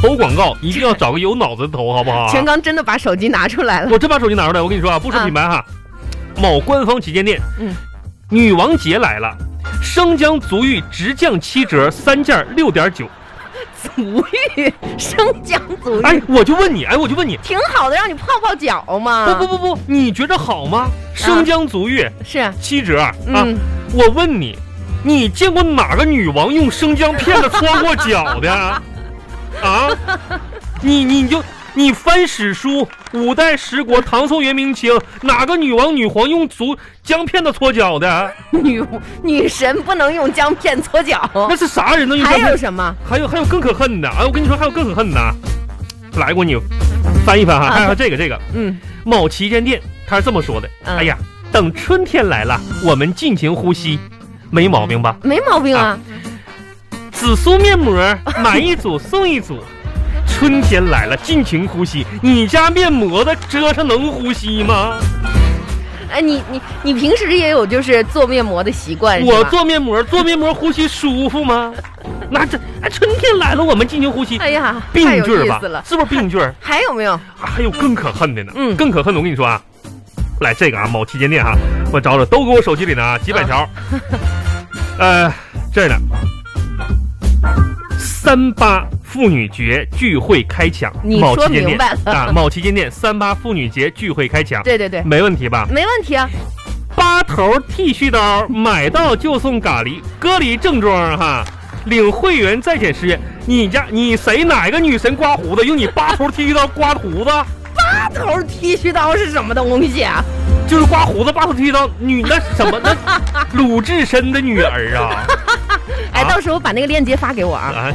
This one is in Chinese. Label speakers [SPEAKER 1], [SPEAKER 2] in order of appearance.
[SPEAKER 1] 投广告一定要找个有脑子的投，好不好、啊？
[SPEAKER 2] 全刚真的把手机拿出来了，
[SPEAKER 1] 我这把手机拿出来，我跟你说啊，不说品牌哈，某官方旗舰店，
[SPEAKER 2] 嗯，
[SPEAKER 1] 女王节来了，生姜足浴直降七折，三件六点九。
[SPEAKER 2] 足浴生姜足浴、
[SPEAKER 1] 哎，我就问你，哎，我就问你，
[SPEAKER 2] 挺好的，让你泡泡脚嘛。
[SPEAKER 1] 不不不不，你觉着好吗？生姜足浴
[SPEAKER 2] 是啊，
[SPEAKER 1] 七折啊！
[SPEAKER 2] 嗯
[SPEAKER 1] 我问你，你见过哪个女王用生姜片子搓过脚 的？啊？你你就你翻史书，五代十国、唐宋元明清，哪个女王女皇用足姜片子搓脚的？
[SPEAKER 2] 女女神不能用姜片搓脚。
[SPEAKER 1] 那是啥人能用姜
[SPEAKER 2] 哦还
[SPEAKER 1] 片
[SPEAKER 2] 有什么？
[SPEAKER 1] 还有还有更可恨的，哎，我跟你说，还有更可恨的，来，我给你翻一翻哈，
[SPEAKER 2] 啊
[SPEAKER 1] 还有这个这个
[SPEAKER 2] 嗯，
[SPEAKER 1] 某旗舰店，他是这么说的，
[SPEAKER 2] 嗯
[SPEAKER 1] 哎呀，等春天来了，我们尽情呼吸，没毛病吧？
[SPEAKER 2] 没毛病啊。
[SPEAKER 1] 紫苏面膜买一组送一组，春天来了，尽情呼吸，你家面膜的遮上能呼吸吗？
[SPEAKER 2] 哎，你你你平时也有就是做面膜的习惯是吧？
[SPEAKER 1] 我做面膜，做面膜呼吸舒服吗？那这哎，春天来了，我们尽情呼吸，
[SPEAKER 2] 哎呀，
[SPEAKER 1] 病
[SPEAKER 2] 太有
[SPEAKER 1] 句儿
[SPEAKER 2] 意
[SPEAKER 1] 吧
[SPEAKER 2] 思了，。
[SPEAKER 1] 是不是病句儿？
[SPEAKER 2] 还有没有？
[SPEAKER 1] 还有更可恨的呢，
[SPEAKER 2] 嗯
[SPEAKER 1] 更可恨的，我跟你说啊，来这个啊，某旗舰店哈、我找找，都给我手机里呢啊，几百条，
[SPEAKER 2] 啊
[SPEAKER 1] 呃，这儿呢，三八妇女节聚会开抢，
[SPEAKER 2] 你
[SPEAKER 1] 某
[SPEAKER 2] 说
[SPEAKER 1] 旗舰
[SPEAKER 2] 明
[SPEAKER 1] 店
[SPEAKER 2] 白了
[SPEAKER 1] 啊，某旗舰店三八妇女节聚会开抢，
[SPEAKER 2] 对对对，
[SPEAKER 1] 没问题吧？
[SPEAKER 2] 没问题啊。
[SPEAKER 1] 八头剃须刀，买到就送咖喱，隔离正装哈。领会员在线十元，你家你谁哪个女神刮胡子？用你八头剃须刀刮胡子？
[SPEAKER 2] 大头剃须刀是什么东西啊？
[SPEAKER 1] 就是刮胡子、拔头剃刀，女那什么那鲁智深的女儿啊！
[SPEAKER 2] 哎，
[SPEAKER 1] 啊
[SPEAKER 2] 到时候把那个链接发给我啊。
[SPEAKER 1] 啊